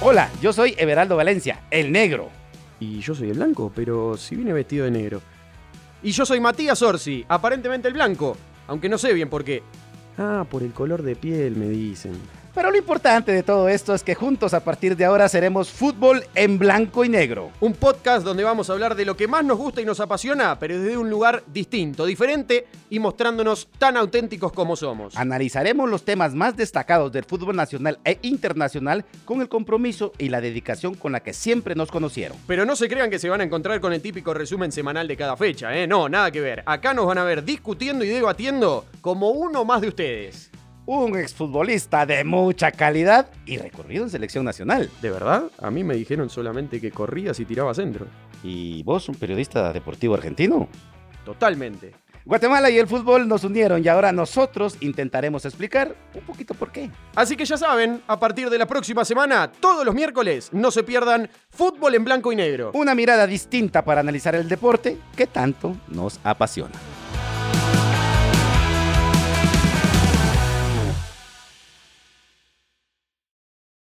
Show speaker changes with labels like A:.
A: Hola, yo soy Everaldo Valencia, el negro.
B: Y yo soy el blanco, pero si viene vestido de negro. Y yo soy Matías Orsi, aparentemente el blanco, aunque no sé bien por qué. Ah, por el color de piel me dicen.
A: Pero lo importante de todo esto es que juntos a partir de ahora seremos fútbol en blanco y negro.
B: Un podcast donde vamos a hablar de lo que más nos gusta y nos apasiona, pero desde un lugar distinto, diferente y mostrándonos tan auténticos como somos.
A: Analizaremos los temas más destacados del fútbol nacional e internacional con el compromiso y la dedicación con la que siempre nos conocieron.
B: Pero no se crean que se van a encontrar con el típico resumen semanal de cada fecha, ¿eh? No, nada que ver. Acá nos van a ver discutiendo y debatiendo como uno más de ustedes.
A: Un exfutbolista de mucha calidad y recorrido en selección nacional.
B: ¿De verdad? A mí me dijeron solamente que corrías y tirabas centro.
A: ¿Y vos, un periodista deportivo argentino?
B: Totalmente.
A: Guatemala y el fútbol nos unieron y ahora nosotros intentaremos explicar un poquito por qué.
B: Así que ya saben, a partir de la próxima semana, todos los miércoles, no se pierdan Fútbol en Blanco y Negro.
A: Una mirada distinta para analizar el deporte que tanto nos apasiona.